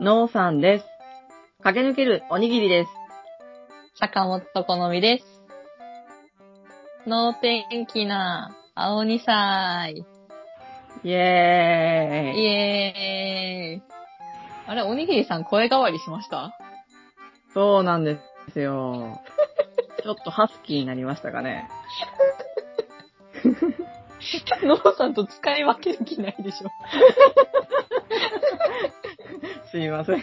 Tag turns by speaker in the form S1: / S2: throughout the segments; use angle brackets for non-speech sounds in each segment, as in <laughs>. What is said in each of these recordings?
S1: ノーさんです。駆け抜けるおにぎりです。
S2: 坂本とこのみです。能天気な青2歳。
S1: イ
S2: イ
S1: エーイ。
S2: エーイ。あれ、おにぎりさん声変わりしました <laughs>
S1: そうなんです <laughs> よ。ちょっとハスキーになりましたかね。
S2: ノーさんと使い分ける気ないでしょ。
S1: すいません。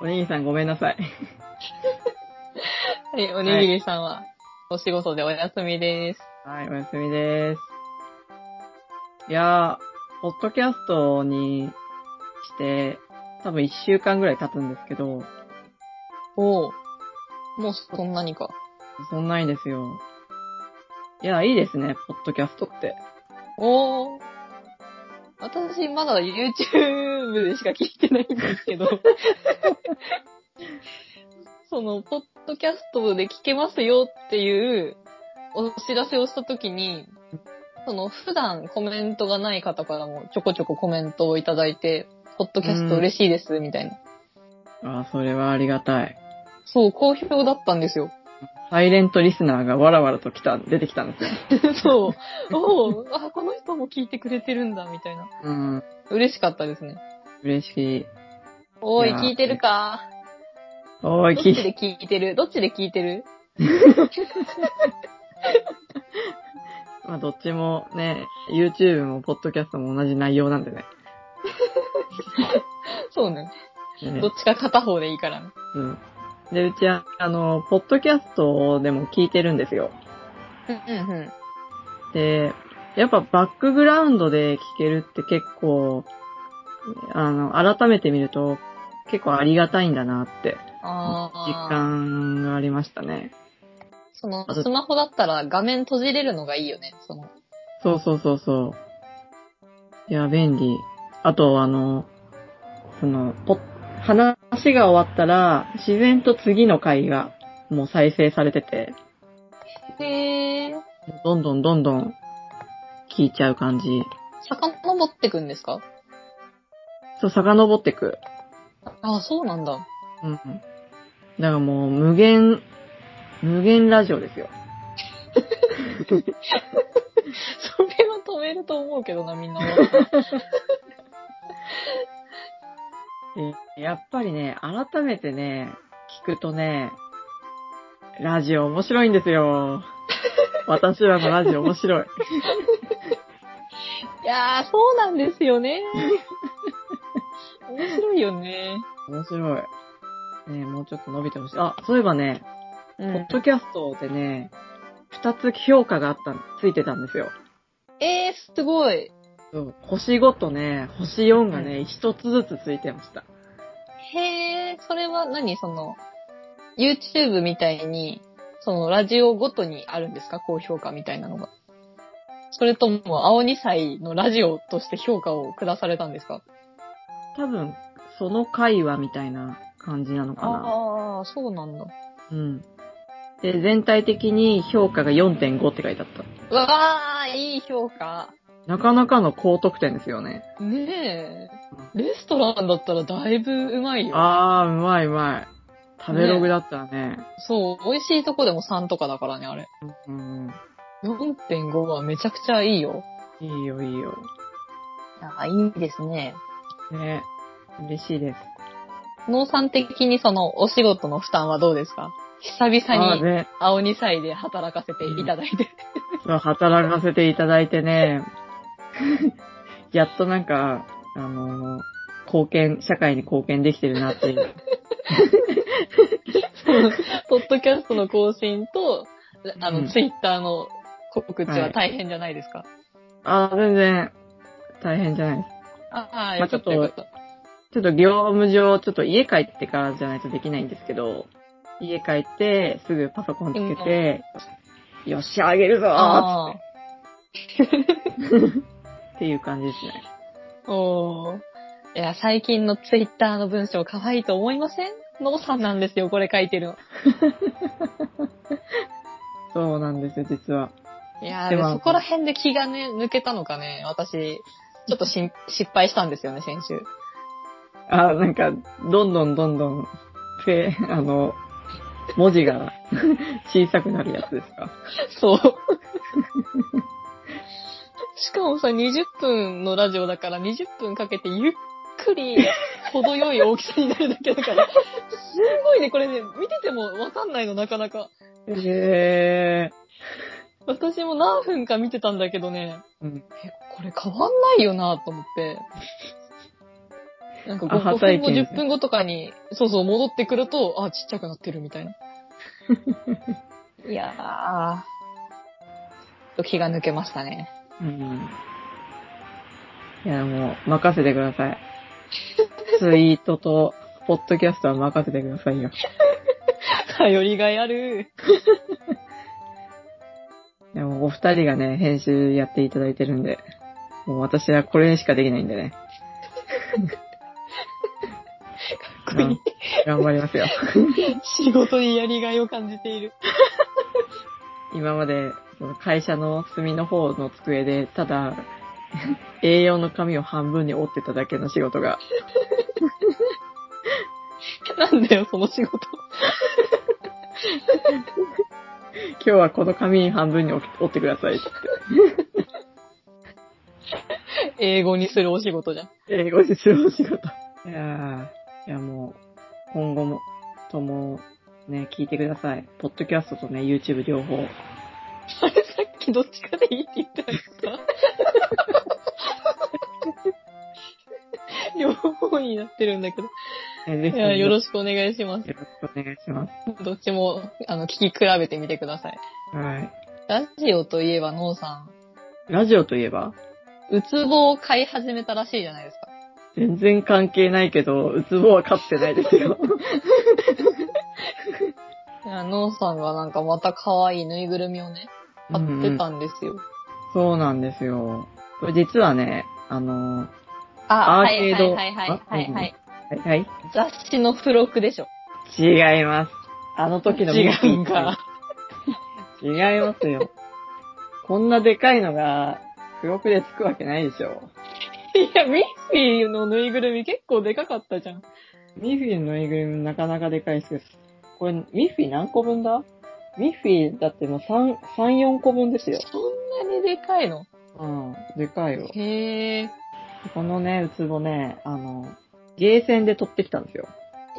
S1: お兄さんごめんなさい。
S2: はい、おにぎりさんはお仕事でお休みです。
S1: はい、おやすみです。いやー、ポッドキャストにして、多分1週間ぐらい経つんですけど、
S2: おお。もうそんなにか。
S1: そんないんですよ。いや、いいですね、ポッドキャストって。
S2: おお。私、まだ YouTube でしか聞いてないんですけ <laughs> ど。その、ポッドキャストで聞けますよっていうお知らせをしたときに、その、普段コメントがない方からもちょこちょこコメントをいただいて、ポッドキャスト嬉しいです、みたいな。
S1: あーそれはありがたい。
S2: そう、好評だったんですよ。
S1: サイレントリスナーがわらわらと来た、出てきたんですよ。
S2: <laughs> <laughs> そう。おお、あ、この人も聞いてくれてるんだ、みたいな。
S1: うん、
S2: 嬉しかったですね。
S1: 嬉しい。
S2: おーい、
S1: いやー
S2: 聞いてるか
S1: おーい、
S2: ど
S1: 聞
S2: っち
S1: いて、
S2: で聞いてるどっちで聞いてる
S1: まあ、どっちもね、YouTube もポッドキャストも同じ内容なんでね。
S2: そうね。
S1: ね
S2: どっちか片方でいいからね。
S1: うん。で、うちは、あの、ポッドキャストでも聞いてるんですよ。
S2: うんうんうん。
S1: で、やっぱバックグラウンドで聞けるって結構、あの、改めて見ると結構ありがたいんだなって、
S2: あ
S1: 実
S2: あ。
S1: 感がありましたね。
S2: その、スマホだったら画面閉じれるのがいいよね。その、
S1: そうそうそうそう。いや、便利。あと、あの、その、ポッ話が終わったら、自然と次の回がもう再生されてて、
S2: へー。
S1: どんどんどんどん聞いちゃう感じ。
S2: 遡ってくんですか
S1: そう、遡ってく。
S2: ああ、そうなんだ。
S1: うん。だからもう、無限、無限ラジオですよ。
S2: <laughs> それは止めると思うけどな、みんな。 <laughs>
S1: えやっぱりね、改めてね、聞くとね、ラジオ面白いんです <laughs> よ。私らのラジオ面白い。
S2: いやー、そうなんですよ <laughs> ね。面白いよね。
S1: 面白い。ねもうちょっと伸びてほしい。あ、そういえばね、
S2: う
S1: ポッドキャストでね、二つ評価があった、ついてたんですよ。
S2: えー、すごい。
S1: そう星5とね、星4がね、一つずつついてました。
S2: へえ、それは何その、YouTube みたいに、そのラジオごとにあるんですか高評価みたいなのが。それとも、青2歳のラジオとして評価を下されたんですか
S1: 多分、その会話みたいな感じなのかな。
S2: ああ、そうなんだ。
S1: うん。で、全体的に評価が4.5って書いてあった。
S2: うわあ、いい評価。
S1: なかなかの高得点ですよね。
S2: ねえ。レストランだったらだいぶうまいよ。
S1: あー、うまいうまい。食べログだったらね。
S2: そう、美味しいとこでも3とかだからね、あれ。
S1: うん、
S2: 4.5はめちゃくちゃいいよ。
S1: いいよ、いいよ。
S2: ああ、いいですね。
S1: ね。嬉しいです。
S2: 農産的にそのお仕事の負担はどうですか久々
S1: あー
S2: に
S1: ね。
S2: 青2歳で働かせていただいて。
S1: そう働かせていただいてね。やっとなんか、あのー貢献、社会に貢献できてるなっていう。
S2: <laughs>
S1: <laughs>
S2: ポッドキャストの更新と、あの、
S1: うん
S2: ツイッターの告知
S1: は
S2: はい大変じゃないですか。
S1: あー、全然、大変じゃないです。
S2: ああ、
S1: ま
S2: よ
S1: あち
S2: か
S1: ょっ
S2: った
S1: と
S2: よかった。
S1: ちょっと業務上、ちょっと家帰ってからじゃないとできないんですけど、家帰って、すぐパソコンつけて、よっしゃ、あげるぞー
S2: あ
S1: っていう感じですね。
S2: あ、おーいや、最近のツイッターの文章可愛いと思いません農さんなんですよ、これ書いてるの。
S1: そうなんですよ、実は。
S2: いや
S1: で
S2: ー、
S1: も
S2: そこら辺で気がね、抜けたのかね、私、ちょっとしん失敗したんですよね、先週。
S1: あ、なんか、どんどんどんどん、せ、あの、文字が小さくなるやつですか。
S2: そう。 <laughs> しかもさ、20分のラジオだから、20分かけてゆっくり、程よい大きさになるだけだから、すごいね、これね、見ててもわかんないの、なかなか。
S1: へえ
S2: 私も何分か見てたんだけどね、
S1: うん
S2: え、これ変わんないよなと思って。なんか
S1: あ
S2: 5
S1: 初体
S2: 分後、
S1: 験
S2: 10分後とかに、そうそう、戻ってくると、あ、ちっちゃくなってるみたいな。 <laughs> いやー、気が抜けましたね。
S1: うん。いや、もう、任せてください。ツイートと、ポッドキャストは任せてくださいよ。
S2: 頼りがいある。
S1: いや、もうお二人がね、編集やっていただいてるんで、もう私はこれしかできないんでね、
S2: ここに
S1: 頑張りますよ。 <laughs>
S2: 仕事にやりがいを感じている。
S1: 今まで、その会社の隅の方の机で、ただ、A4 の紙を半分に折ってただけの仕事が、
S2: なんだよ、その仕事。
S1: 今日はこの紙半分に折ってくださいって
S2: 英語にするお仕事じゃん。
S1: 言って、英語にするお仕事。いやー、いやもう、今後も、とも、ね、聞いてください。ポッドキャストとね、YouTube 両方。
S2: あれ、さっきどっちかでいいって言ってなか <laughs> った両方になってるんだけど。
S1: えぜひ
S2: い
S1: とも
S2: や、よろ
S1: し
S2: しくお願いします。
S1: よろしくお願いします。
S2: どっちも、あの、聞き比べてみてください。
S1: はい。
S2: ラジオといえば、のうさ
S1: ラジオといえば
S2: ん、うつぼを飼い始めたらしいじゃないですか。
S1: 全然関係ないけど、ウツボは飼ってないです
S2: <laughs>
S1: よ。
S2: いやのうさんがなんかまた可愛いぬいぐるみをね、買ってたんですよ。
S1: そうなんですよ。これ実はね、あのー、ア
S2: あ、
S1: ー
S2: はい
S1: ケー
S2: はい
S1: ド
S2: はいはいはい、はい。
S1: はい、はい、
S2: 雑誌の付録でしょ。
S1: 違います。あの時のミッキー
S2: 違うんか。
S1: 違いますよ。こんなでかいのが、付録でつくわけないでしょ。
S2: <laughs> いや、ミッフィーのぬいぐるみ結構でかかったじゃん。
S1: ミッフィーのぬいぐるみなかなかでかいですけど、これ、ミッフィー何個分だミッフィーだってもう3、3、4個分ですよ。
S2: そんなにでかいの
S1: うん、でかいよ。
S2: へえ。
S1: このね、ウツボね、あの、ゲーセンで取ってきたんですよ。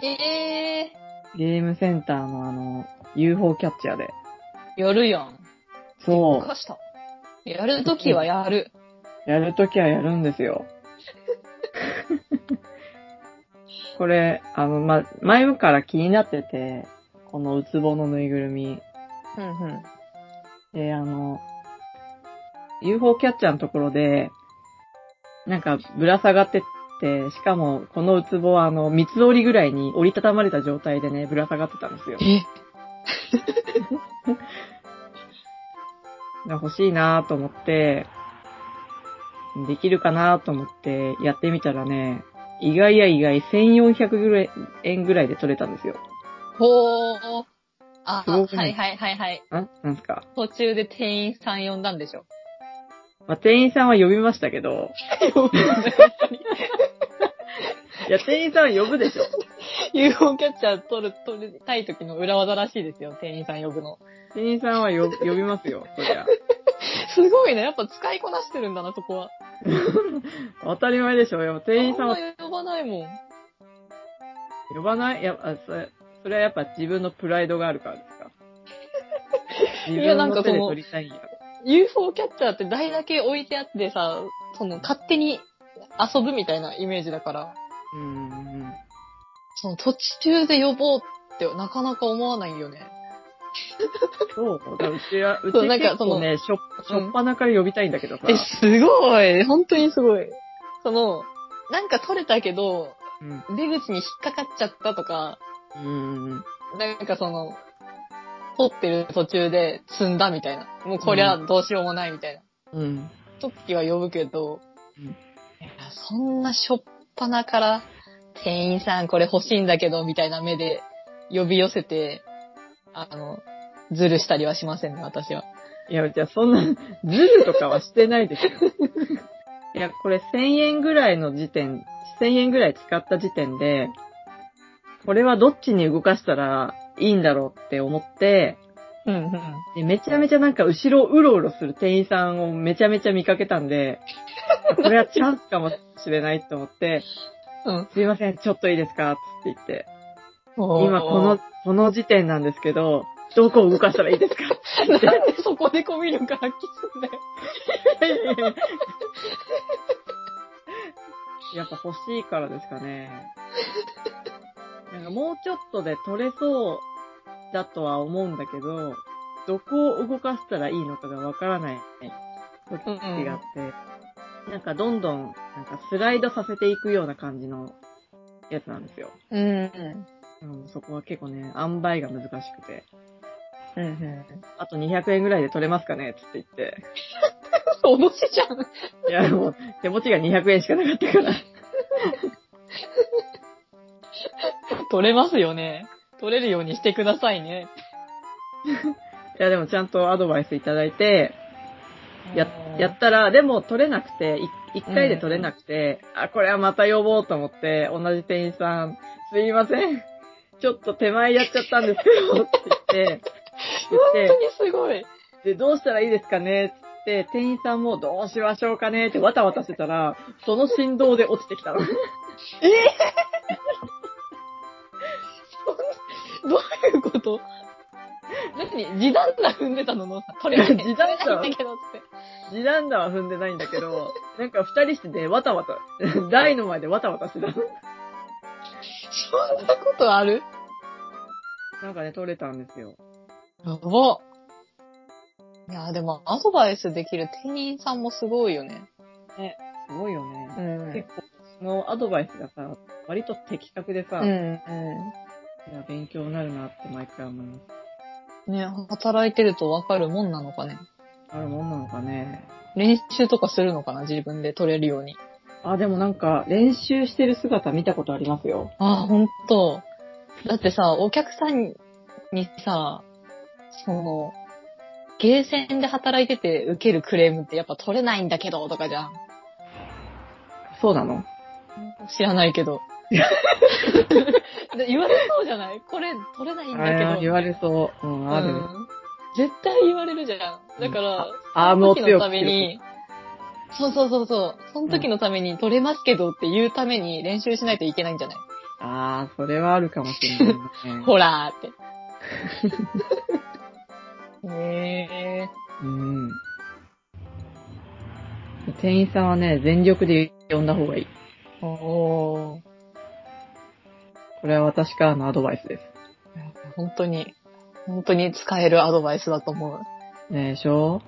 S2: ええ
S1: ゲームセンターのあの、UFO キャッチャーで。
S2: ー。やるやん。
S1: そ
S2: かした。やるときはやる。
S1: う。やるときはやるんですよ。 <laughs> これ、あの、ま、前から気になってて、このウツボのぬいぐるみ。
S2: うんうん。
S1: で、あの、UFO キャッチャーのところで、なんかぶら下がってって、しかもこのウツボはあの、三つ折りぐらいに折りたたまれた状態でね、ぶら下がってたんですよ。
S2: え
S1: 欲しいなぁと思って、できるかなぁと思ってやってみたらね、意外や意外1400ぐらい円ぐらいで取れたんですよ。
S2: ほー。あ、
S1: す
S2: は
S1: ご
S2: い
S1: くな
S2: はいいはいはい。
S1: んなんすか、
S2: 途中で店員さん呼んだんで <laughs> しょ。
S1: まあ、店員さんは呼びましたけど、いや、店員さんは呼ぶでしょ。
S2: UFO キャッチャー取る、取りたい時の裏技らしいですよ、店員さん呼ぶの。
S1: 店員さんは呼呼びますよ、そりゃ。
S2: すごいね、やっぱ使いこなしてるんだな、そこは。
S1: 当たり前でしょ。いや店員さんは
S2: あんま呼ばないもん。
S1: 呼ばないいや、あそれ、それはやっぱ自分のプライドがあるからですか自
S2: いや
S1: 分
S2: なん
S1: の
S2: か
S1: 手
S2: その
S1: で取りたいんや。
S2: UFO キャッチャーって台だけ置いてあってさ、その勝手に遊ぶみたいなイメージだから、
S1: うんうんうん。
S2: その途中で呼ぼうってなかなか思わないよね。
S1: そう。だからうちは、うち
S2: そうなんか
S1: 結構ね、しょ、し
S2: うん
S1: ょっぱなから呼びたいんだけどさ。
S2: え、すごい本当にすごい。その、なんか取れたけど、
S1: うん。
S2: 出口に引っかかっちゃったとか、
S1: うんうんうん。
S2: なんかその、取ってる途中で積んだみたいな。もうこりゃどうしようもないみたいな。
S1: うん。
S2: 時は呼ぶけど、
S1: うん
S2: いやそんなしょっぱなから、店員さんこれ欲しいんだけど、みたいな目で呼び寄せて、あの、ズルしたりはしませんね、私は。
S1: いや、じゃあそんな、ズルとかはしてないですよ。
S2: <laughs>
S1: いや、これ1000円ぐらいの時点、1000円ぐらい使った時点で、これはどっちに動かしたらいいんだろうって思って、
S2: うんうん。
S1: でめちゃめちゃなんか後ろうろうろする店員さんをめちゃめちゃ見かけたん
S2: <laughs>
S1: で、これはチャンスかもしれないと思って、
S2: うん。
S1: すいません、ちょっといいですかって言って、
S2: おー
S1: 今
S2: <laughs>
S1: この、、この時点なんですけど、どこを動かしたらいいです
S2: <laughs>
S1: か
S2: なんでそこでコミュ力発揮すんだよ。
S1: やっぱ欲しいからですかね。なんかもうちょっとで取れそうだとは思うんだけど、どこを動かしたらいいのかがわからない時があって、なんかどんどんなんかスライドさせていくような感じのやつなんですよ。
S2: うんう
S1: うん、そこは結構ね、塩梅が難しくて。
S2: ん。うんうん。
S1: あと200円ぐらいで取れますかねつって言って。
S2: <laughs> 脅しじゃん。
S1: いや、もう手持ちが200円しかなかったから。
S2: 取れますよね。取れるようにしてくださいね。
S1: いや、でもちゃんとアドバイスいただいて、や、やったら、でも取れなくて、い一回で取れなくて、あ、これはまた呼ぼうと思って、同じ店員さん、すいません。ちょっと手前やっちゃったんですけど、って言って、言っ
S2: 本当にすごい。
S1: て、で、どうしたらいいですかねって、店員さんもどうしましょうかねってわたわたしてたら、その振動で落ちてきたの。
S2: どういうこと何時短だ踏んでたののさ、取れない。
S1: 時短
S2: 取れ
S1: だ
S2: ないんだけどって。
S1: ジランダは踏んでないんだけ <laughs> ど、なんか二人してね、わたわた、 <laughs> 台の前でわたわたしてたの。
S2: そんなことある
S1: なんかね、取れたんですよ。
S2: やば。いや、でもアドバイスできる店員さんもすごいよね。
S1: すごいよね。
S2: ん
S1: 結構、そのアドバイスがさ、割と的確でさ、
S2: う
S1: い
S2: ん、
S1: や勉強になるなって毎回思います。
S2: うん。ね、働いてるとわかるもんなのかね。
S1: あるもんなのかね。
S2: 練習とかするのかな自分で取れるように。
S1: あ、でもなんか、練習してる姿見たことありますよ。
S2: ああ、ほんと。だってさ、お客さんにさ、その、ゲーセンで働いてて受けるクレームってやっぱ取れないんだけどとかじゃん。
S1: そうなの
S2: 知らないけど。で言われそうじゃないこれ取れないんだけ
S1: あ
S2: ど。
S1: 言われそう。うん、ある。
S2: うん絶対言われるじゃん。だか
S1: うん
S2: ら、
S1: アー
S2: そ
S1: ム
S2: の
S1: を
S2: 時の
S1: 強
S2: た
S1: く
S2: めに、そうそうそうそう、その時のために取れますけどって言うために練習しないといけないんじゃない
S1: ああ、それはあるかもしれない、ね。 <laughs>
S2: ほらーって。 <laughs> へえ
S1: うん。店員さんはね、全力で呼んだ方がいい。
S2: ー。おー。
S1: これは私からのアドバイスです。
S2: 本当に、本当に使えるアドバイスだと思う。
S1: ねえ、しょ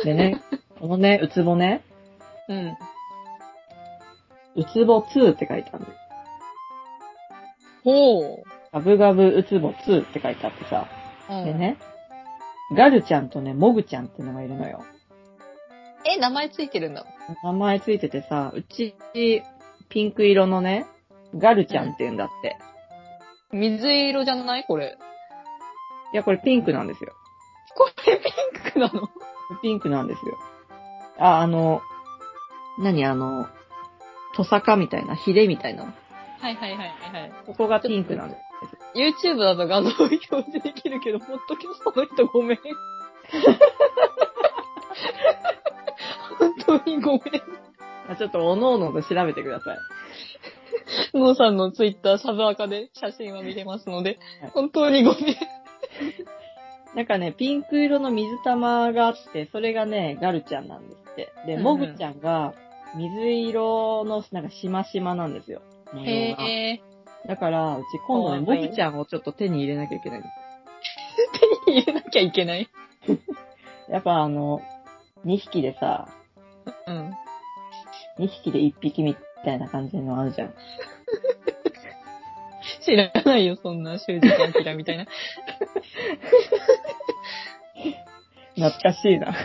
S1: うでね、 <laughs> このね、うつぼね、
S2: うん。
S1: うつぼ2って書いてあるんです。
S2: ほう。
S1: ガブガブうつぼ2って書いてあってさ。
S2: うん、
S1: でね、ガルちゃんとね、モグちゃんってのがいるのよ。
S2: え、名前ついてるんだ。
S1: 名前ついててさ、うち、ピンク色のね、ガルちゃんって言うんだって。
S2: 水色じゃないこれ。
S1: いや、これピンクなんですよ。
S2: これピンクなの
S1: ピンクなんですよ。あ、あの、何あの、トサカみたいな、ヒレみたいな。
S2: はいはいはいはい。
S1: ここがピンクなんです。
S2: YouTube だと画像を表示できるけど、ポッドキャストの人ご <laughs> めん。本当にごめ
S1: あちょっと、おのおので調べてください。
S2: ん。のーさんの Twitter サブアカで写真は見れますので
S1: はい、
S2: 本当にごめん。
S1: なんかね、ピンク色の水玉があって、それがね、ガルちゃんなんですって。で、
S2: うんうん
S1: モグちゃんが、水色の、なんか、しましまなんですよ。模様が
S2: へえ。
S1: だから、うち今度ね、
S2: かわいい
S1: モグちゃんをちょっと手に入れなきゃいけないんで
S2: 手に入れなきゃいけない。
S1: す。やっぱあの、2匹でさ、
S2: うん。
S1: 2匹で1匹みたいな感じのあるじゃん。
S2: 知らないよ、そんな、修二ちゃんキラみたいな。
S1: 懐かし <laughs> いな。し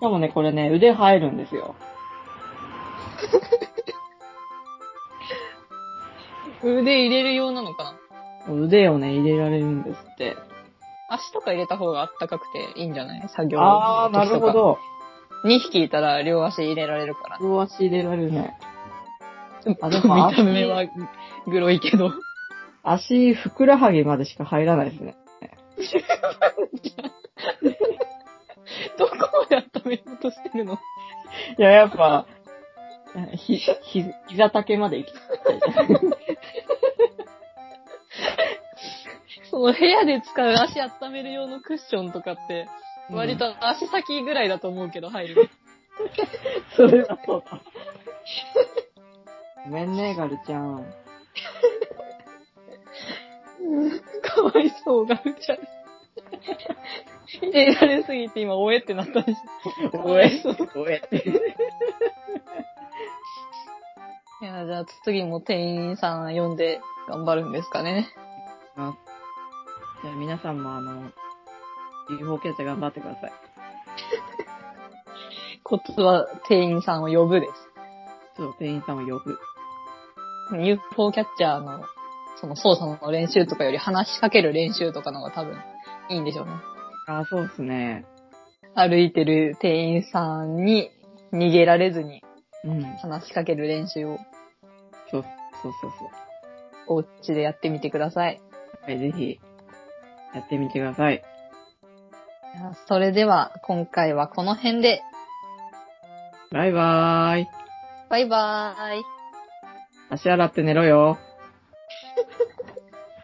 S1: かもね、これね、腕入るんですよ。
S2: 腕入れる用なのかな
S1: 腕をね、入れられるんですって。
S2: 足とか入れた方があったかくていいんじゃない作業の
S1: あー、な
S2: 時と
S1: る
S2: か
S1: ほ。ど。
S2: 2匹いたら両足入れられるから。
S1: 両足入れられるね。あで
S2: で
S1: も
S2: も
S1: 足
S2: 見た目はグロいけど。
S1: 足、ふくらはぎまでしか入らないですね。
S2: どこまで温めようとしてるの
S1: いや、やっぱ、ひ、ひ、膝丈まで行きたい。
S2: その部屋で使う足温める用のクッションとかって、割と足先ぐらいだと思うけど入る。
S1: それはそうだ。ごめんね、ガルちゃん。
S2: <laughs> かわいそう、ガルちゃん。 <laughs> 入れられすぎて今、おえってなったでしょ。そう。
S1: おえ。
S2: いや、じゃあ次も店員さん呼んで頑張るんですかね。
S1: じゃあ皆さんもあの、UFO 検査頑張ってください。
S2: コツは店員さんを呼ぶです。
S1: そう、店員さんを呼ぶ。
S2: UFO キャッチャーの、その操作の練習とかより話しかける練習とかの方が多分いいんでしょうね。
S1: あ、そうですね。
S2: 歩いてる店員さんに逃げられずに
S1: うん。
S2: 話しかける練習を
S1: そう、そうそうそう。
S2: お家でやってみてください。
S1: はい、ぜひ、やってみてください。
S2: いやそれでは今回はこの辺で、
S1: バイバーイ。
S2: バイバーイ。
S1: 足洗って寝ろよ。